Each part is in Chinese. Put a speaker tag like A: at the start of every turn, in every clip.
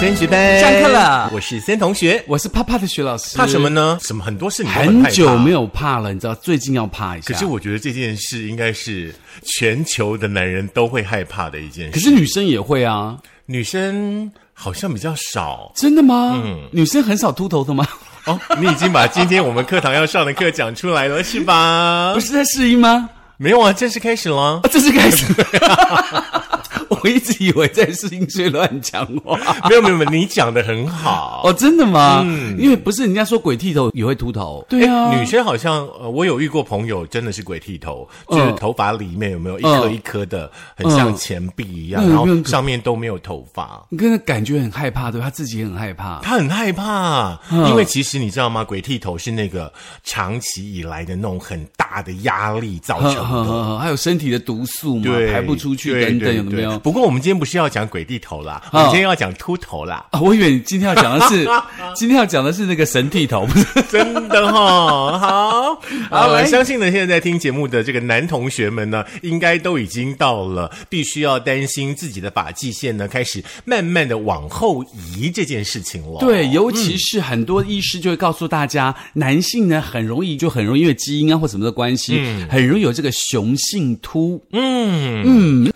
A: 三学班
B: 上课了
A: 我是森同学。
B: 我是怕怕的徐老师，
A: 怕什么？呢？什么很多事你都
B: 很
A: 害怕
B: 久没。有怕了，你知道，最近要怕一
A: 可
B: 下。
A: 是，我觉得这件事应该是全球的男人都会害怕的一件
B: 可
A: 事，
B: 是女生也会啊，
A: 女生好像比较少
B: 真的吗？
A: 嗯
B: 女生很少秃头的吗？
A: 哦。你已经把今天我们课堂要上的课讲出来了是吧
B: 不？是在试音吗？
A: 没有啊，正式开始了
B: 啊。，这是开始。我一直以为在试音，所以乱讲 话。
A: 没有没有没有，你讲的很好。
B: 哦，真的吗？因为不是人家说鬼剃头也会秃头，对啊，
A: 嗯女生好像呃，我有遇过朋友真的是鬼剃头，
B: 嗯
A: 就是头发里面有没有一颗一颗的，很像钱币一样，
B: 嗯
A: 然后上面都没有头发。
B: 你跟她感觉很害怕，对吧？她自己也很害怕。
A: 他很害怕，
B: 嗯
A: 因为其实你知道吗？鬼剃头是那个长期以来的那种很大的压力造
B: 呵
A: 成
B: 呵
A: 的。
B: 呵呵还有身体的毒素嘛，
A: 对，
B: 嗯排不出去
A: 对
B: 等等，
A: 对
B: 有没有嗯
A: 对？不过我们今天不是要讲鬼剃头啦，我们今天要讲秃头啦。
B: 啊，我以为你今天要讲的是，今天要讲的是那个神剃头，不是？
A: 真的哈、好，
B: 好
A: 好，我
B: 来
A: 相信呢，现在在听节目的这个男同学们呢，应该都已经到了必须要担心自己的发际线呢，开始慢慢的往后移这件事情了。
B: 对，尤其
A: 嗯
B: 是很多医师就会告诉大家，男性呢很容易就很容易因为基因啊或什么的关系，
A: 嗯
B: 很容易有这个雄性秃。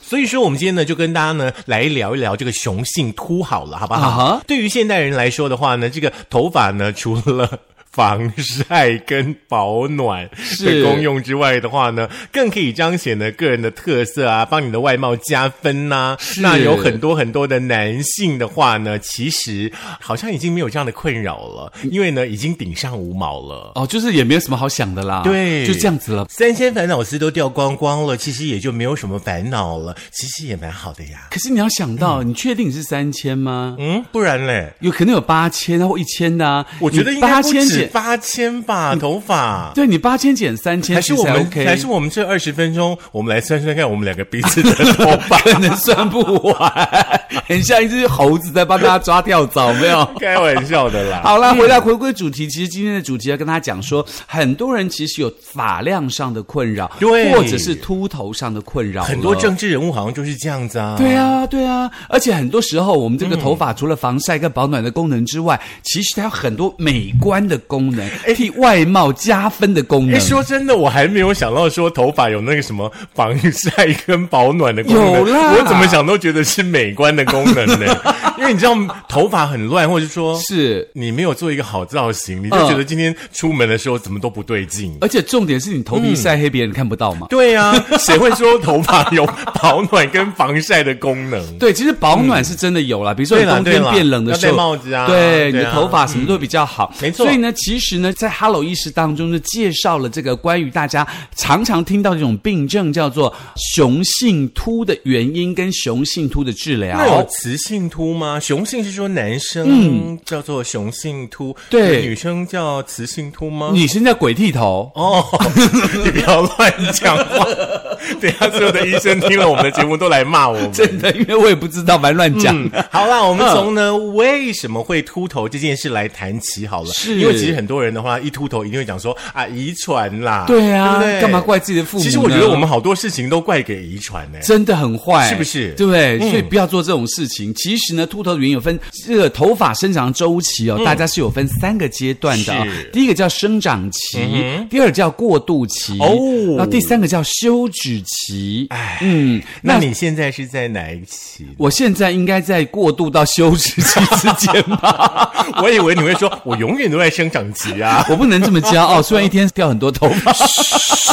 A: 所以说，我们今天呢，就跟大家呢来聊一聊这个雄性秃好了，好不好
B: 啊哈
A: 对于现代人来说的话呢，这个头发呢，除了防晒跟保暖的
B: 是
A: 功用之外的话呢，更可以彰显呢个人的特色啊，帮你的外貌加分呐、那有很多很多的男性的话呢，其实好像已经没有这样的困扰了，
B: 嗯
A: 因为呢已经顶上无毛了。
B: 哦，就是也没有什么好想的啦，
A: 对
B: 就这样子了。
A: 三千烦恼丝都掉光光了，其实也就没有什么烦恼了，其实也蛮好的呀。
B: 可是你要想到，你确定你是三千吗？
A: 嗯，不然嘞。
B: 有可能有八千啊，或一千的啊。
A: 我觉得
B: 你
A: 应该
B: 八
A: 不
B: 千
A: 止
B: 减，
A: 八千吧，头发。
B: 对你八千减三千，
A: 还是我们，
B: 其实
A: 还
B: 还
A: 是
B: OK。
A: 我们这二十分钟，我们来算算看，我们两个彼此的
B: 。
A: 头发
B: 可能算不完， 很像一只猴子在帮大家抓跳蚤，有没有？
A: 开玩笑的啦。
B: 好啦，回来回归主题，其实今天的主题要跟大家讲说，很多人其实有发量上的困扰，
A: 对
B: 或者是秃头上的困扰，
A: 很多。政治人物好像就是这样子啊。
B: 对啊，对啊，而且很多时候，我们这个头发除了防晒跟保暖的功能之外，其实它有很多美观的功能，替外貌加分的功
A: 哎，
B: 能。
A: 说真的，我还没有想到说头发有那个什么防晒跟保暖的功能，
B: 有啦
A: 我怎么想都觉得是美观的功能 呢？因为你知道头发很乱，或者说
B: 是，
A: 你没有做一个好造型，你就
B: 嗯
A: 觉得今天出门的时候怎么都不对劲。
B: 而且重点是你头皮
A: 嗯
B: 晒黑，别人看不到嘛。
A: 对呀、 谁会说头发有保暖跟防晒的功能？
B: 对，其实保暖是真的有啦，比如说你
A: 嗯对啦
B: 冬
A: 对
B: 天
A: 啦
B: 变冷的时
A: 要
B: 候，
A: 戴帽子啊对啊嗯
B: 对，你的头发什么都会比较好。
A: 没错
B: 所以呢，其实呢，在 Hello 医师当中就介绍了这个关于大家常常听到这种病症叫做雄性秃的原因跟雄性秃的治
A: 那有
B: 疗。
A: 雌性秃吗？雄性是说男生叫做雄性秃，
B: 嗯对
A: 女生叫雌性秃吗？
B: 女生叫鬼剃头，
A: 哦， 你不要乱讲话， 等一下所有的医生听了我们的节目都来骂我们。 嗯
B: 真的，因为我也不知道，蛮乱讲。
A: 好啦，我们从呢
B: 嗯
A: 为什么会秃头这件事来谈起好了，
B: 是
A: 因为其实很多人的话一秃头一定会讲说啊遗传啦，
B: 对啊
A: 对不对
B: 干嘛怪自己的父母
A: 其实我觉得
B: 呢
A: 我们好多事情都怪给遗传呢、
B: 真的很坏，
A: 是不是
B: 对，
A: 嗯
B: 所以不要做这种事情。其实呢，秃头的原因有分这个头发生长周期哦，大家是有分三个阶段的、哦
A: 嗯是。嗯
B: 第一个叫生长期，第二叫过渡期，
A: 哦
B: 然后第三个叫休止期。
A: 哎
B: 嗯，
A: 那你现在是在哪一期？
B: 我现在应该在过渡到休止期之间 吧？
A: 我以为你会说，我永远都在生长期 啊，
B: 我不能这么骄傲，虽然一天掉很多头发。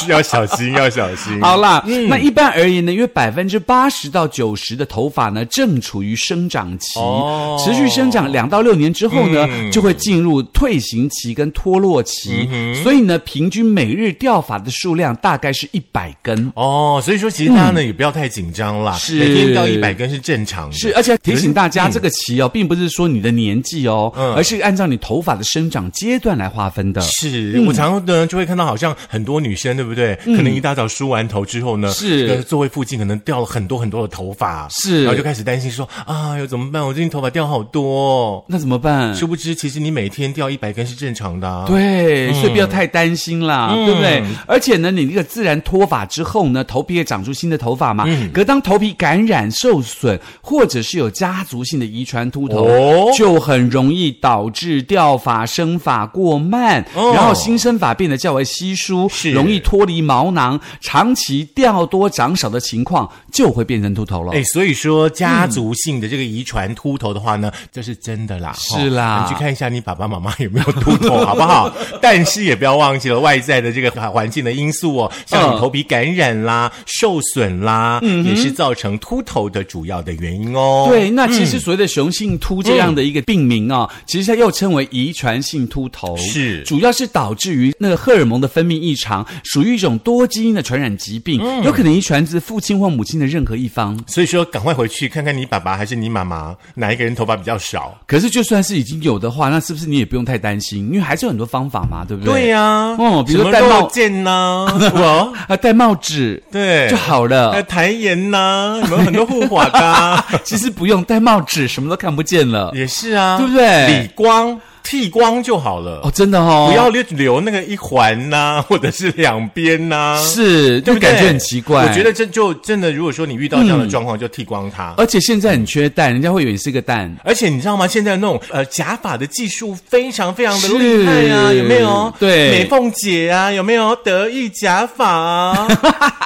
A: 要小心，要小心。
B: 好啦，
A: 嗯
B: 那一般而言呢，约百分之八十到九十的头发呢，正处于生长期，
A: 哦嗯
B: 持续生长两到六年之后呢，就会进入退行期跟脱落期。
A: 嗯
B: 所以呢，平均每日掉发的数量大概是一百根。
A: 哦，所以说其实大家呢、也不要太紧张啦，
B: 是
A: 每天到一百根是正常的。啊
B: 是，而且提醒大家，这个期哦，并不是说你的年纪哦，
A: 嗯
B: 而是按照你头发的生长阶段来划分的。
A: 是我常常呢就会看到，好像很多女生，对不对？可能一大早梳完头之后呢，
B: 是
A: 呃座位附近可能掉了很多很多的头发，
B: 是
A: 然后就开始担心说啊，又怎么办？办？我最近头发掉好多、哦。
B: 那怎么办？
A: 殊不知，其实你每天掉一百根是正常的、啊。
B: 对，所以不要太担心啦，
A: 嗯
B: 对不对？而且呢，你那个自然脱发之后呢，头皮也长出新的头发嘛。
A: 嗯
B: 可当头皮感染、受损，或者是有家族性的遗传秃头，
A: 哦
B: 就很容易导致掉发、生发过慢，
A: 哦
B: 然后新生发变得较为稀疏，
A: 是
B: 容易脱离毛囊，长期掉多长少的情况就会变成秃头了。
A: 哎，所以说家族性的这个遗传秃头的话呢，这是真的啦，
B: 嗯是啦
A: 你去看一下你爸爸妈妈有没有秃头，好不 好？但是也不要忘记了外在的这个环境的因素哦，像
B: 嗯
A: 你头皮感染啦、受损啦，也是造成秃头的主要的原因哦。
B: 对，那其实所谓的雄性秃这样的一个病名啊、其实它又称为遗传性秃头，
A: 嗯是
B: 主要是导致于那个荷尔蒙的分泌异常，属于一种多基因的传染疾病，
A: 嗯
B: 有可能遗传自父亲或母亲的任何一方。
A: 所以说，赶快回去看看你爸爸还是你妈妈哪一个人头发比较少。
B: 可是就算是已经有的话，那是不是你也不用太担心？因为还是有很多方法嘛，对不对？
A: 对、呀、
B: 哦比
A: 什
B: 如说
A: 么
B: 戴帽
A: 肉剑呐、 我
B: 啊，戴帽纸
A: 对哎
B: 就好了
A: 还。有抬眼呐、有没有很多护法的 啊、
B: 其实不用戴帽纸，什么都看不见了。
A: 也是啊，
B: 对不对
A: 理光剃光就好了，
B: 哦，真的哦，
A: 不要留留那个一环呐、 或者是两边呐、
B: 是，
A: 对
B: 就
A: 不对？
B: 感觉很奇怪。嗯
A: 我觉得这就真的，如果说你遇到这样的状况，就剃光它。
B: 而且现在很缺蛋，人家会以为你是个蛋。
A: 而且你知道吗？现在那种呃假发的技术非常非常的厉害啊，
B: 是
A: 有没有？
B: 对
A: 美凤姐啊，有没有德意假发 啊？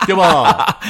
A: 对不？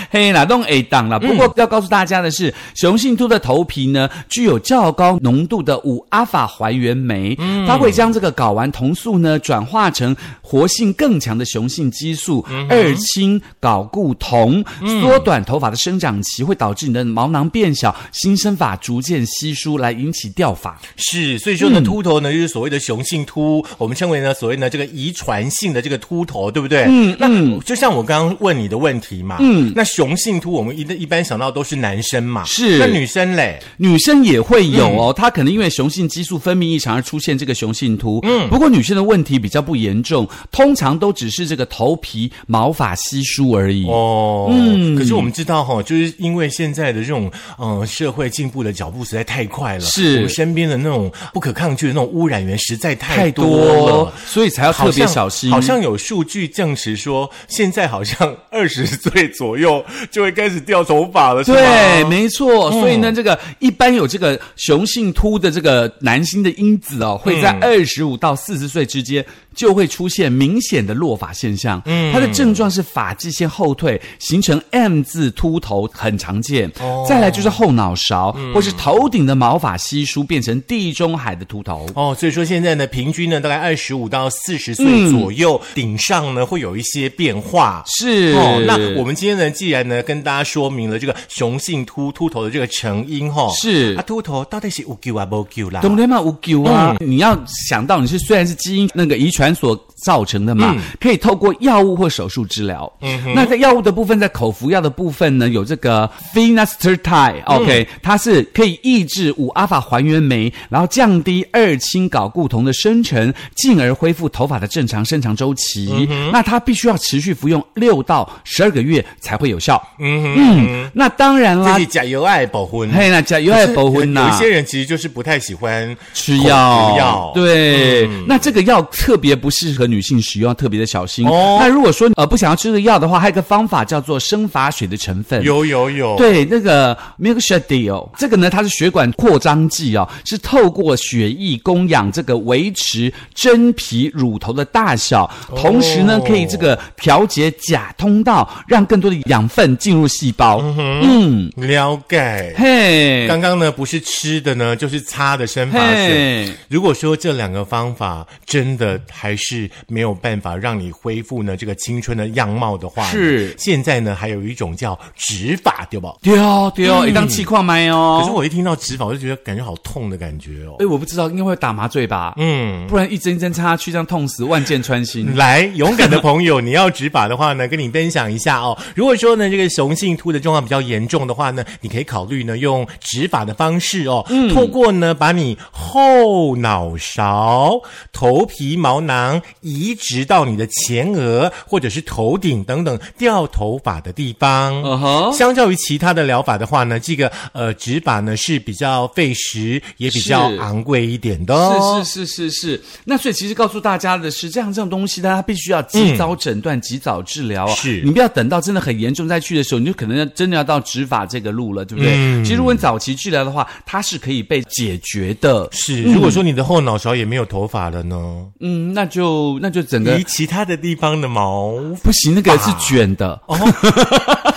B: 嘿啦，弄 A 档
A: 嗯
B: 啦。不过要告诉大家的是，雄性秃的头皮呢，具有较高浓度的五阿法还原酶，
A: 嗯
B: 它会将这个睾丸酮素呢转化成活性更强的雄性激素
A: 嗯
B: 二氢睾固酮，缩短头发的生长期，会导致你的毛囊变小，新生发逐渐稀疏，来引起掉发。
A: 是，所以说呢，
B: 嗯
A: 秃头呢就是所谓的雄性秃，我们称为呢所谓呢这个遗传性的这个秃头，对不对？嗯，那就像我刚刚问你的问题嘛，嗯，那雄性秃我们一一般想到都是男生嘛，
B: 是
A: 那女生嘞，
B: 女生也会有
A: 嗯
B: 哦，她可能因为雄性激素分泌异常而出现这个雄性秃。嗯，不过女生的问题比较不严重，通常都只是这个头皮毛发稀疏而已。
A: 哦，
B: 嗯
A: 可是我们知道哈、就是因为现在的这种呃社会进步的脚步实在太快了，
B: 是
A: 我们身边的那种不可抗拒的那种污染源实在太
B: 太
A: 多
B: 多
A: 了。，
B: 所以才要特别小心。
A: 好像有数据证实说，现在好像二十岁左右就会开始掉头发了，是嗯
B: 对，
A: 吗
B: 没错。所以呢，这个一般有这个雄性秃的这个男性的因子
A: 嗯
B: 哦，会在二十五到四十岁之间就会出现明显的落发现象。嗯，它的症状是发际线后退，形成 M 字秃头，很常见。
A: 哦嗯
B: 再来就是后脑勺、或是头顶的毛发稀疏，变成地中海的秃头。
A: 哦，所以说现在呢，平均呢大概二十五到四十岁左右，顶上呢会有一些变化。
B: 嗯是
A: 哦，那我们今天呢，既然呢跟大家说明了这个雄性秃秃头的这个成因哈、哦，
B: 是
A: 啊，秃头到底是有救啊没救啦？
B: 懂得嘛？无救啊！
A: 嗯
B: 你要想到你是虽然是基因那个遗传所造成的
A: 嗯
B: 嘛，可以透过药物或手术治疗。那在药物的部分，在口服药的部分呢，有这个
A: 嗯
B: finastertide，OK，、它是可以抑制五阿法还原酶，然后降低二氢睾固酮的生成，进而恢复头发的正常生长周
A: 嗯
B: 期。那它必须要持续服用六到十二个月才会有效。嗯，那当然啦
A: 这。是加油爱保婚。
B: 嘿，那加油
A: 可
B: 爱
A: 是
B: 保婚呐！
A: 有一些人其实就是不太喜欢
B: 吃
A: 口服
B: 药，
A: 药，嗯
B: 对，那这个药特别不适合女性使用，要特别的小心。
A: 哦
B: 那如果说呃不想要吃这个药的话，还有一个方法叫做生发水的成分。
A: 有有有，
B: 对，那个 milk shake deal，这个呢，它是血管扩张剂哦，是透过血液供氧，这个维持真皮乳头的大小，
A: 哦
B: 同时呢，可以这个调节甲通道，让更多的养分进入细胞。嗯，
A: 了解。
B: 嘿，
A: 刚刚呢不是吃的呢，就是擦的生发水。
B: 嘿。
A: 如果说这两个方法真的还是没有办法让你恢复呢这个青春的样貌的话呢，
B: 是
A: 现在呢还有一种叫植发，对吧？
B: 对哦，对哦，一当气矿麦哦。
A: 嗯可是我一听到植发，我就觉得感觉好痛的感觉哦
B: 哎、。我不知道，应该会打麻醉吧？
A: 嗯，
B: 不然一针一针插下去，这样痛死，万箭穿 心。
A: 来，勇敢的朋友，你要植发的话呢，跟你分享一下哦。如果说呢，这个雄性秃的状况比较严重的话呢，你可以考虑呢用植发的方嗯式哦，透过呢把你后脑勺、头皮毛囊。囊移植到你的前额或者是头顶等等掉头发的地方。
B: 嗯哼
A: 相较于其他的疗法的话呢，这个呃植发呢是比较费时，也比较
B: 是
A: 昂贵一点的哦。
B: 是是是是是，那所以其实告诉大家的是，这样这种东西，大家必须要及早诊断、及早治疗啊。
A: 嗯是
B: 你不要等到真的很严重再去的时候，你就可能要真的要到植发这个路了，对不对？
A: 嗯
B: 其实如果你早期治疗的话，它是可以被解决的。
A: 是，如果说你的后脑勺也没有头发了呢，
B: 嗯，那就那就整个
A: 离其他的地方的毛，
B: 不行，那个
A: 啊
B: 是卷的。
A: 哦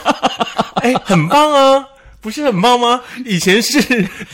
A: 哎，很棒啊！不是很棒吗？以前是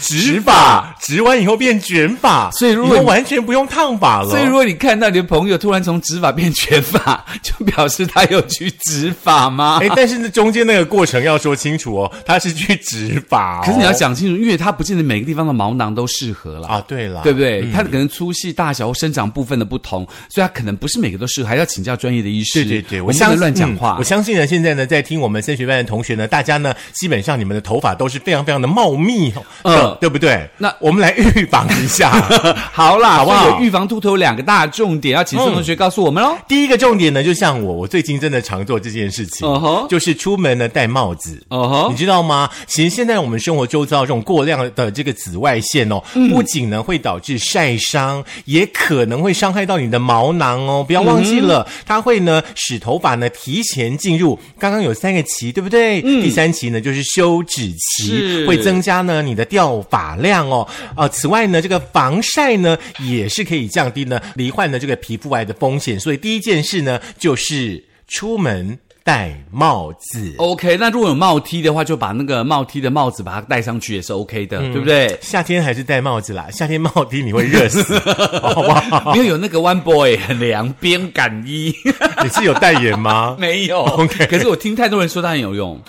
A: 直发，直完以后变卷发，
B: 所以如果
A: 以后
B: 你
A: 完全不用烫发了。
B: 所以，如果你看到你的朋友突然从植发变 卷发，就表示他有去植发吗？
A: 哎，但是那中间那个过程要说清楚哦，他是去植发、哦
B: 可是你要想清楚，因为它不见得每个地方的毛囊都适合啦。
A: 啊，对了，
B: 对不对？它的可能粗细、大小或生长部分的不同，所以它可能不是每个都适合，还要请教专业的医师。
A: 对对对，
B: 我不能乱讲
A: 嗯
B: 话
A: 我。相信呢，现在呢，在听我们升学班的同学呢，大家呢，基本上你们的头发都是非常非常的茂密哦，
B: 嗯
A: 对不对？
B: 那
A: 我们来预防一下。
B: 好啦，
A: 好不好
B: 所以有预防秃头有两个大重点，要请宋同学告诉我们喽。
A: 第一个重点呢，就像我，我最近真的常做这件事情
B: 嗯哼
A: 就是出门呢戴帽子。
B: 哦吼
A: 你，知道吗？其实现在我们生活周遭这种过量的这个紫外线哦，不仅呢会导致晒伤，也可能会伤害到你的毛囊哦。不要忘记了，它会呢使头发呢提前进入刚刚有三个期，对不对？第三期呢就是休止期，
B: 是
A: 会增加呢你的掉发量哦。啊、此外呢，这个防晒呢也是可以降低呢罹患的这个皮肤癌的风险。所以第一件事呢就是出门戴帽子。
B: OK，那如果有帽梯的话，就把那个帽梯的帽子把它戴上去也是 OK 的，
A: 嗯
B: 对不对？
A: 夏天还是戴帽子啦，夏天帽低你会热死，哦好不好？
B: 因为有那个 One Boy 很凉，边感衣
A: 你是有代言吗？
B: 没有。
A: OK
B: 可是我听太多人说它很有用。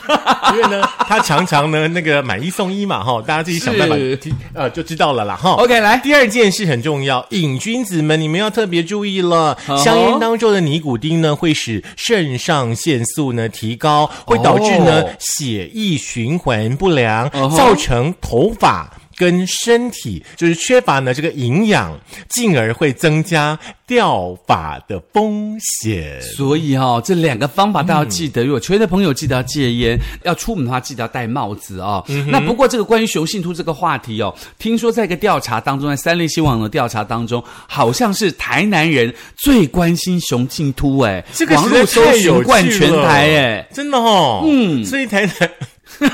A: 因为呢，他常常呢那个买一送一嘛，哈，大家自己想办法
B: 是
A: 听，呃就知道了啦，哈。
B: OK，来
A: 第二件事很重要，瘾君子们，你们要特别注意了。
B: 哦
A: 香烟当中的尼古丁呢，会使肾上腺素呢提高，会导致呢、
B: 哦
A: 血液循环不良，
B: 嗯哼
A: 造成头发。跟身体就是缺乏呢这个营养，进而会增加掉发的风险。
B: 所以哦，这两个方法大家要记得。如果球员的朋友记得要戒烟，要出门的话记得要戴帽子哦。
A: 嗯
B: 那不过这个关于雄性秃这个话题哦，听说在一个调查当中，在三立新闻网的调查当中，好像是台南人最关心雄性秃哎，
A: 这个
B: 网
A: 实在
B: 络搜
A: 太有
B: 寻
A: 趣
B: 冠全
A: 了
B: 台哎，
A: 真的哦，嗯，所以台南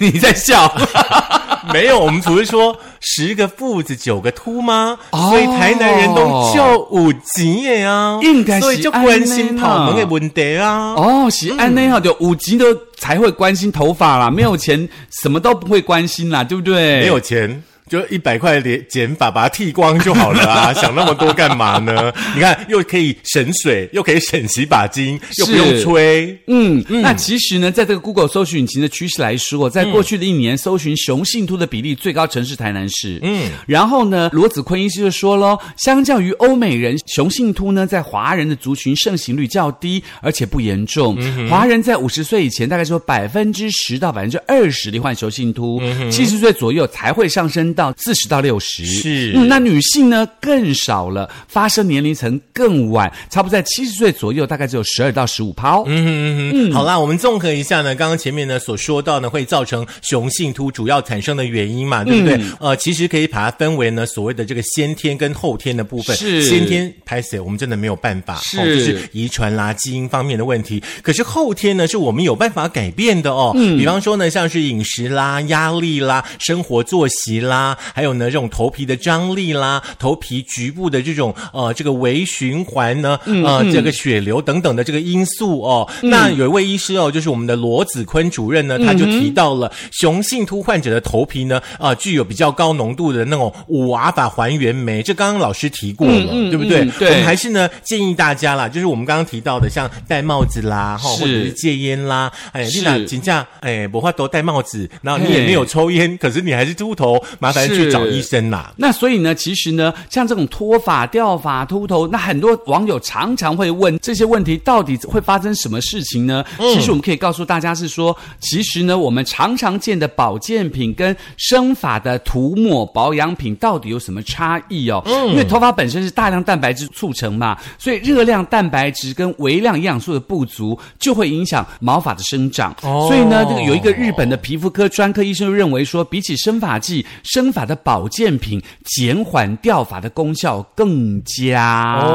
B: 你在笑？
A: 没有，我们不是说十个父子九个秃吗？
B: 哦
A: 所以台南人都叫五级耶啊，
B: 应该是
A: 所以就关心跑门的问题啊。
B: 哦，喜安内哈，就五级的才会关心头发啦，没有钱什么都不会关心啦，对不对？
A: 没有钱。就一百块连剪发把它剃光就好了 啊！想那么多干嘛呢？你看，又可以省水，又可以省洗发精，又不用
B: 是
A: 吹。
B: 嗯，嗯那其实呢，在这个 Google 搜寻引擎的趋势来说，在过去的一年，搜寻雄性秃的比例最高城市台南市。嗯，然后呢，罗子坤医师就说喽，相较于欧美人，雄性秃呢在华人的族群盛行率较低，而且不严重。华人在五十岁以前，大概说百分之十到百分之二十罹患雄性秃，七十、岁左右才会上升到四十到六十。
A: 是
B: 嗯，那女性呢更少了，发生年龄层更晚，差不多在七十岁左右，大概只有十二到十五趴哦。
A: 嗯，好啦，我们综合一下呢，刚刚前面呢所说到呢，会造成雄性秃主要产生的原因嘛，对不对？呃，其实可以把它分为呢所谓的这个先天跟后天的部分。
B: 是
A: 先天拍谁，我们真的没有办法，哦
B: 是
A: 就是遗传啦、基因方面的问题。可是后天呢，是我们有办法改变的哦。比方说呢，像是饮食啦、压力啦、生活作息啦，还有呢这种头皮的张力啦、头皮局部的这种呃这个微循环呢，呃这个血流等等的这个因素哦。那有一位医师哦，就是我们的罗子坤主任呢，他就提到了雄性秃患者的头皮呢，啊、具有比较高浓度的那种五阿法还原酶，这刚刚老师提过了，
B: 嗯嗯
A: 对不对？
B: 嗯对
A: 我们还是呢建议大家啦，就是我们刚刚提到的，像戴帽子啦，哈，
B: 是
A: 或者是戒烟啦，哎，
B: 是
A: 丽娜请假，哎，不话都戴帽子，然后你也
B: 嘿
A: 没有抽烟，可是你还是秃头，麻烦烦去找
B: 是
A: 医生啦。
B: 那所以呢，其实呢，像这种脱发、掉发、秃头，那很多网友常常会问这些问题，到底会发生什么事情呢？其实我们可以告诉大家是说，其实呢，我们常常见的保健品跟生发的涂抹保养品到底有什么差异哦？因为头发本身是大量蛋白质促成嘛，所以热量蛋白质跟微量营养素的不足就会影响毛发的生长。
A: 哦
B: 所以呢，这个有一个日本的皮肤科专科医生就认为说，比起生发剂，生发的保健品减缓掉发的功效更佳。
A: 哦
B: 啊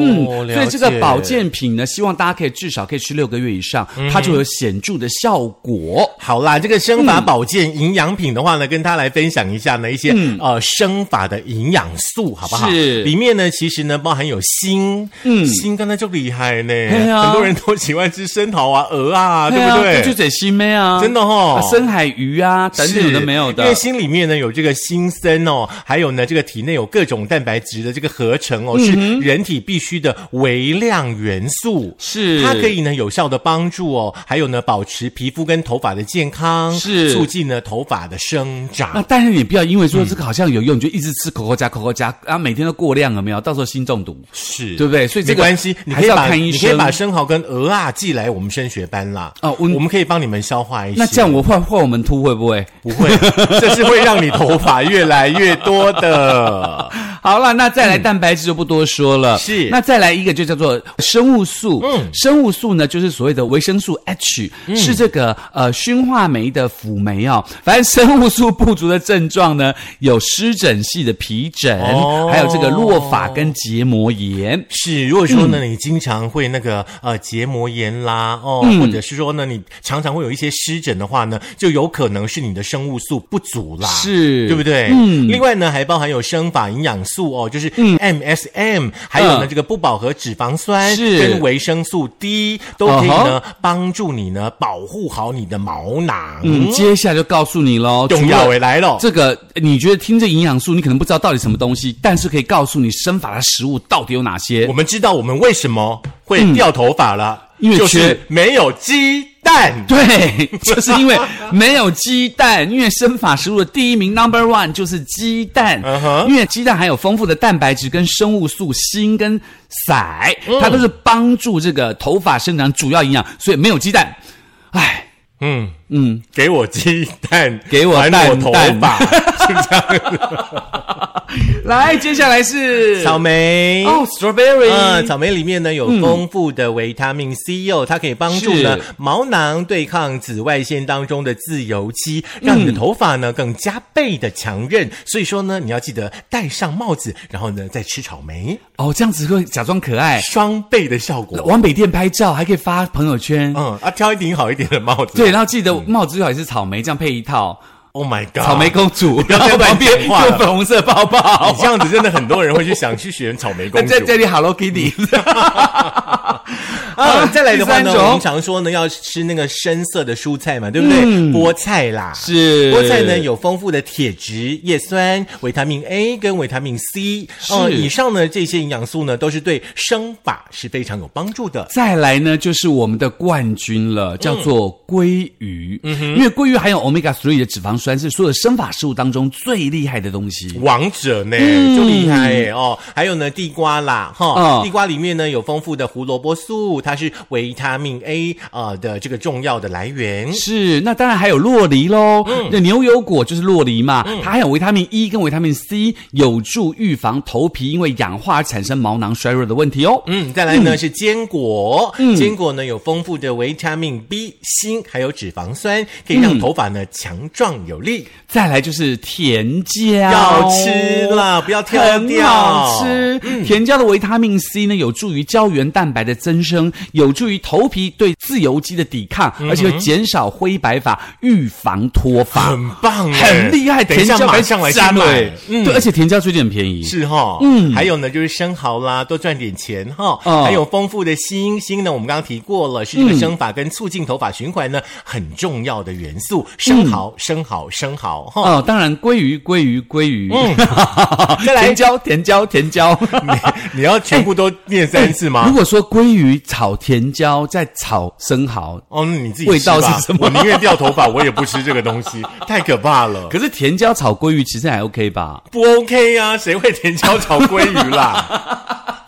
B: 嗯，
A: 了
B: 所以这个
A: 解
B: 保健品呢，希望大家可以至少可以吃六个月以上，
A: 嗯
B: 它就有显著的效果。
A: 好啦，这个生发保健营养品的话呢，跟他来分享一下呢一些、呃生发的营养素，好不好？
B: 嗯是
A: 里面呢其实呢包含有锌，嗯，锌刚才就厉害呢，
B: 啊
A: 很多人都喜欢吃生桃啊、鹅啊，对不
B: 啊
A: 对？
B: 就这西妹啊，
A: 真的哦
B: 啊深海鱼啊等等有的没有
A: 因为
B: 的。
A: 锌里面呢有这个锌森哦，还有呢这个体内有各种蛋白质的这个合成哦，是
B: 嗯
A: 人体必需的微量元素。
B: 是
A: 它可以呢有效的帮助哦，还有呢保持皮肤跟头发的健康，
B: 是
A: 促进呢头发的生
B: 那
A: 长。
B: 啊但是你不要因为
A: 嗯
B: 说这个好像有用，你就一直吃口口加口口加，然后每天都过量了没有？到时候心中毒。
A: 是
B: 对不对所以这
A: 没
B: 个
A: 关系，你
B: 还
A: 可
B: 是
A: 以
B: 要
A: 把
B: 看医
A: 你可以
B: 生
A: 把生蚝跟鹅啊寄来我们升学班啦。
B: 哦
A: 我
B: 我
A: 们可以帮你们消化一些。
B: 那这样我换换我们秃会不会？
A: 不会，这是会让你头发越来越多的。
B: 好了，那再来蛋白质就不多说了。
A: 嗯是
B: 那再来一个就叫做生物素。
A: 嗯
B: 嗯，生物素呢就是所谓的维生素 H，、是这个呃熏化酶的辅酶哦。反正生物素不足的症状呢，有湿疹系的皮疹，
A: 哦
B: 还有这个落发跟结膜炎。
A: 是，如果说呢，
B: 嗯
A: 你经常会那个呃结膜炎啦，哦，
B: 嗯
A: 或者是说呢，你常常会有一些湿疹的话呢，就有可能是你的生物素不足啦，
B: 是
A: 对不对？嗯。另外呢，还包含有生发营养素哦，就是 MSM，、还有呢
B: 嗯
A: 这个不饱和脂肪酸
B: 是
A: 跟维生素 D 都可以
B: 哦
A: 呢、帮助你呢保护好你的毛囊。
B: 嗯，接下来就告诉你喽，
A: 重
B: 除
A: 要哎
B: 了
A: 诶来了。
B: 这个你觉得听这营养素，你可能不知道到底什么东西，但是可以告诉你生发的食物到底有哪些
A: 我。们知道我们为什么会掉头发了，
B: 嗯因为
A: 就是
B: 缺
A: 没有鸡蛋。
B: 对，就是因为没有鸡蛋，因为生发食物的第一名 number one 就是鸡蛋
A: 嗯哼
B: 因为鸡蛋含有丰富的蛋白质跟生物素、锌跟硒，
A: 嗯
B: 它都是帮助这个头发生长主要营养，所以没有鸡蛋，唉。
A: 嗯嗯，给我鸡蛋，
B: 给我
A: 还
B: 蛋
A: 我头
B: 蛋
A: 发， 是这样子。
B: 来，接下来是
A: 草莓。
B: 哦，strawberry，、
A: 嗯，草莓里面呢有丰富的维他命 C 哦，它可以帮助呢
B: 嗯是
A: 毛囊对抗紫外线当中的自由基，让你的头发呢更加倍的强韧。所以说呢，你要记得戴上帽子，然后呢再吃草莓，
B: 哦，这样子会假装可爱，
A: 双倍的效果。
B: 往北店拍照还可以发朋友圈，
A: 嗯啊，挑一顶好一点的帽子。
B: 对，然后记得帽子最好也是草莓，这样配一套。
A: ，Oh my God，
B: 草莓公主，
A: 要
B: 然
A: 再
B: 后旁边
A: 变化了
B: 用粉红色包包
A: 你，哎这样子真的很多人会去想去选草莓 公主。
B: 在这里 Hello Kitty，
A: 啊，再来的话
B: 第
A: 呢，
B: 三种
A: 我们常说呢要吃那个深色的蔬菜嘛，对不对？菠菜啦，
B: 是
A: 菠菜呢有丰富的铁质、叶酸、维他命 A 跟维他命 C，呃，
B: 是
A: 以上呢这些营养素呢都是对生发是非常有帮助的。
B: 再来呢，就是我们的冠军了，叫做鲑鱼。因为鲑鱼含有 omega three 的脂肪酸，是所有生发食物当中最厉害的东西。
A: 王者呢，就厉害哎哦！还有呢，地瓜啦，哈、
B: 哦
A: 地瓜里面呢有丰富的胡萝卜素，它是维他命 A 啊、呃的这个重要的来源。
B: 是，那当然还有洛梨喽。那牛油果就是洛梨嘛，它含有维他命 E 跟维他命 C，有助预防头皮因为氧化而产生毛囊衰弱的问题哦。
A: 嗯，再来呢、是坚果，
B: 嗯
A: 坚果呢有丰富的维他命 B、锌，还有脂肪酸，可以
B: 嗯
A: 让头发呢、强壮有力。
B: 再来就是甜椒，
A: 要吃啦，不要挑
B: 很
A: 掉，
B: 好吃。
A: 嗯
B: 甜椒的维他命 C 呢，有助于胶原蛋白的增生，有助于头皮对自由基的抵抗，
A: 嗯
B: 而且会减少灰白发，预防脱发。
A: 很棒哎，
B: 很厉害，
A: 等一
B: 甜
A: 下
B: 椒
A: 马上来去
B: 加
A: 买嗯
B: 对，，对，而且甜椒最近很便宜。
A: 是哈，嗯，还有呢，就是生蚝啦，多赚点钱哈，
B: 嗯
A: 还有丰富的锌，锌呢，我们刚刚提过了，是这个生发跟促进头发循环呢很重要的元素。生蚝，生蚝好生蚝哈。
B: 嗯哦，当然鲑鱼，鲑鱼，鲑鱼，
A: 嗯 再来
B: 甜椒，甜椒，甜椒。
A: 你你要全部都念三次吗
B: 如？果说鲑鱼炒甜椒，再炒生蚝，
A: 哦，那你自己
B: 味
A: 吃
B: 道
A: 吧
B: 是什么
A: 我宁愿掉头发，我也不吃这个东西，太可怕了。
B: 可是甜椒炒鲑鱼其实还 OK 吧？
A: 不 OK 啊，谁会甜椒炒鲑鱼 啦？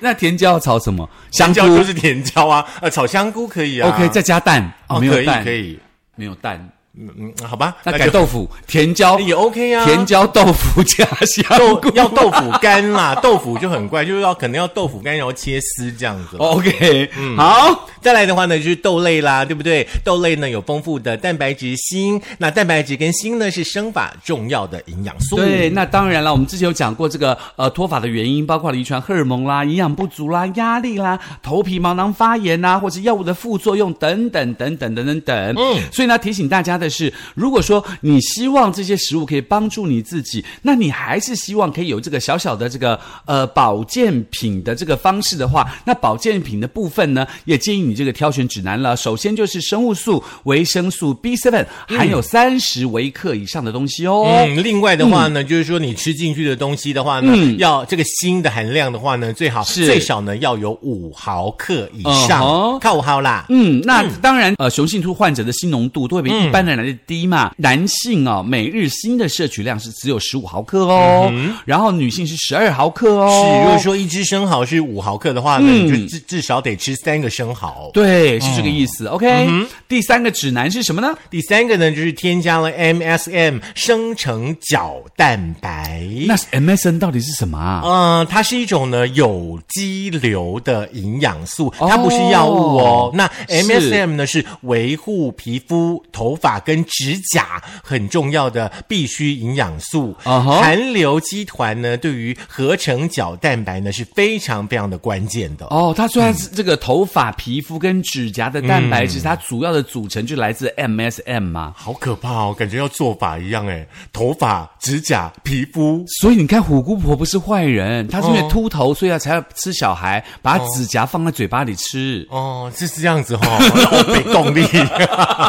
B: 那甜椒炒什么？香
A: 甜
B: 菇
A: 椒就是甜椒啊，呃，炒香菇可以啊。
B: OK，再加蛋哦，
A: 哦，
B: 没
A: 可
B: 有
A: 以
B: 蛋
A: 可，以，
B: 没有蛋，
A: 嗯嗯，好吧，
B: 那
A: 就
B: 改 豆腐，甜椒
A: 也 OK 啊。
B: 甜椒豆腐加香
A: 豆
B: 菇。
A: 要豆腐干啦，豆腐就很怪，就是要可能要豆腐干，然后切丝这样子。
B: OK，好，
A: 嗯再来的话呢，就是豆类啦，对不对？豆类呢有丰富的蛋白质、锌，那蛋白质跟锌呢是生发重要的营养素。
B: 对，那当然了，我们之前有讲过这个呃脱发的原因，包括了遗传荷尔蒙啦、营养不足啦、压力啦、头皮毛囊发炎啦，或者药物的副作用等等等等等等等。嗯，所以呢，提醒大家的是，如果说你希望这些食物可以帮助你自己，那你还是希望可以有这个小小的这个呃保健品的这个方式的话，那保健品的部分呢，也建议你这个挑选指南了。首先就是生物素、维生素 B7，含有三十微克以上的东西哦。嗯
A: 嗯，另外的话呢，就是说你吃进去的东西的话呢，要这个锌的含量的话呢，最好
B: 是
A: 最少呢要有五毫克以
B: 嗯
A: 上，
B: 哼
A: 看五毫啦。
B: 嗯，那当然，呃，雄性秃患者的锌浓度都会比一般人来的低嘛。男性哦，每日锌的摄取量是只有十五毫克哦，然后女性是十二毫克哦。嗯
A: 是，如果说一只生蚝是五毫克的话呢，你就至至少得吃三个生蚝。
B: 对，是这个意思。OK，、第三个指南是什么呢？
A: 第三个呢，就是添加了 MSM 生成角蛋白。
B: 那 MSN 到底是什么啊？
A: 嗯，它是一种呢有机硫的营养素，
B: 哦
A: 它不是药物哦。那
B: 是
A: MSM 呢是维护皮肤、头发跟指甲很重要的必需营养素。
B: 啊哈
A: 含硫基团呢，对于合成角蛋白呢是非常非常的关键的。
B: 哦，它虽然是这个头发、皮肤跟指甲的蛋白质，它主要的组成就来自 MSM 嘛。
A: 好可怕哦，感觉要做法一样哎，头发、指甲、皮肤。
B: 所以你看，虎姑婆不是坏人，她是因为秃头，所以她才要吃小孩，把指甲放在嘴巴里吃。
A: 哦，是是这样子哈、哦，被动力。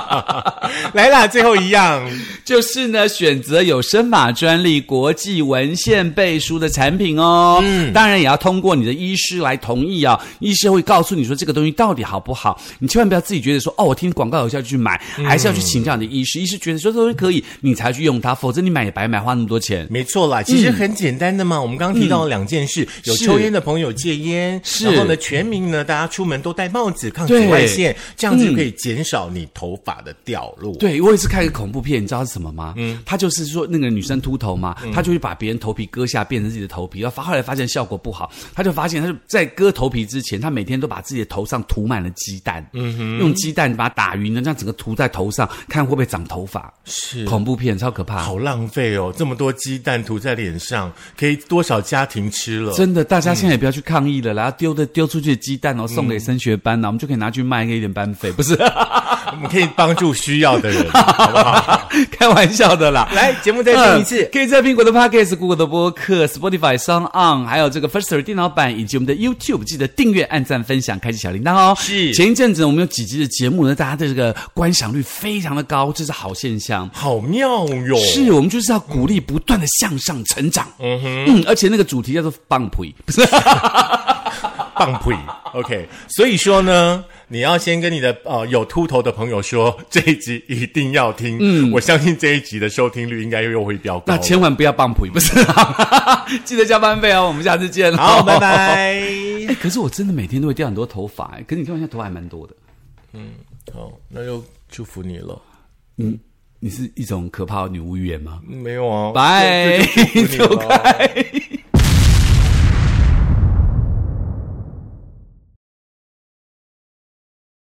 A: 来啦，最后一样，
B: 就是呢，选择有生法专利、国际文献背书的产品哦。嗯，当然也要通过你的医师来同意啊、医师会告诉你说这个东西到底好不好，你千万不要自己觉得说哦，我听广告有效就去买，还是要去请教你的医师。医师觉得说这东西可以，你才去用它，否则你买也白买，花那么多钱。
A: 没错啦，其实很简单的嘛。我们刚刚提到了两件事，有
B: 嗯是
A: 抽烟的朋友戒烟，
B: 是
A: 然后呢，全民呢，大家出门都戴帽子抗紫外线，这样子就可以减少你头发的掉落。
B: 对，我也是看一个恐怖片，你知道是什么吗？嗯，他就是说那个女生秃头嘛，她就会把别人头皮割下，变成自己的头皮，然后发后来发现效果不好，她就发现她就在割头皮之前，她每天都把自己的头上涂满了鸡蛋，嗯哼，用鸡蛋把它打匀了，这样整个涂在头上，看会不会长头发。
A: 是
B: 恐怖片，超可怕。
A: 好浪费哦，这么多鸡蛋涂在脸上，可以多少家庭吃了？
B: 真的，大家现在也不要去抗议了啦，然后丢的丢出去的鸡蛋哦，送给升学班呢、我们就可以拿去卖，可以一点班费，不是
A: 我们可以帮助需要的 人，好不好？
B: 开玩笑的啦。
A: 来，节目再听一次。
B: 嗯可以在苹果的 Podcast、Google 的播客、Spotify、s o n On，还有这个 First Story 电脑版以及我们的 YouTube，记得订阅、按赞、分享、开启小铃铛哦。
A: 是
B: 前一阵子我们有几集的节目呢，大家的这个观赏率非常的高，这是好现象。
A: 好妙哟！
B: 是我们就是要鼓励不断的向上成长，嗯哼，嗯，而且那个主题叫做棒腿，不是
A: 棒腿。OK，所以说呢，你要先跟你的呃有秃头的朋友说，这一集一定要听。嗯，我相信这一集的收听率应该又会飙高
B: 那。千万不要棒腿，不是 啊，记得加班费哦，我们下次见咯
A: 好，拜。拜。
B: 哎，可是我真的每天都会掉很多头发，哎可是你看我现在头发还蛮多的。
A: 好，那就祝福你了。
B: 你是一种可怕的女巫预言吗？
A: 没有啊，
B: 拜
A: 就就祝福你了。啊
B: 走开。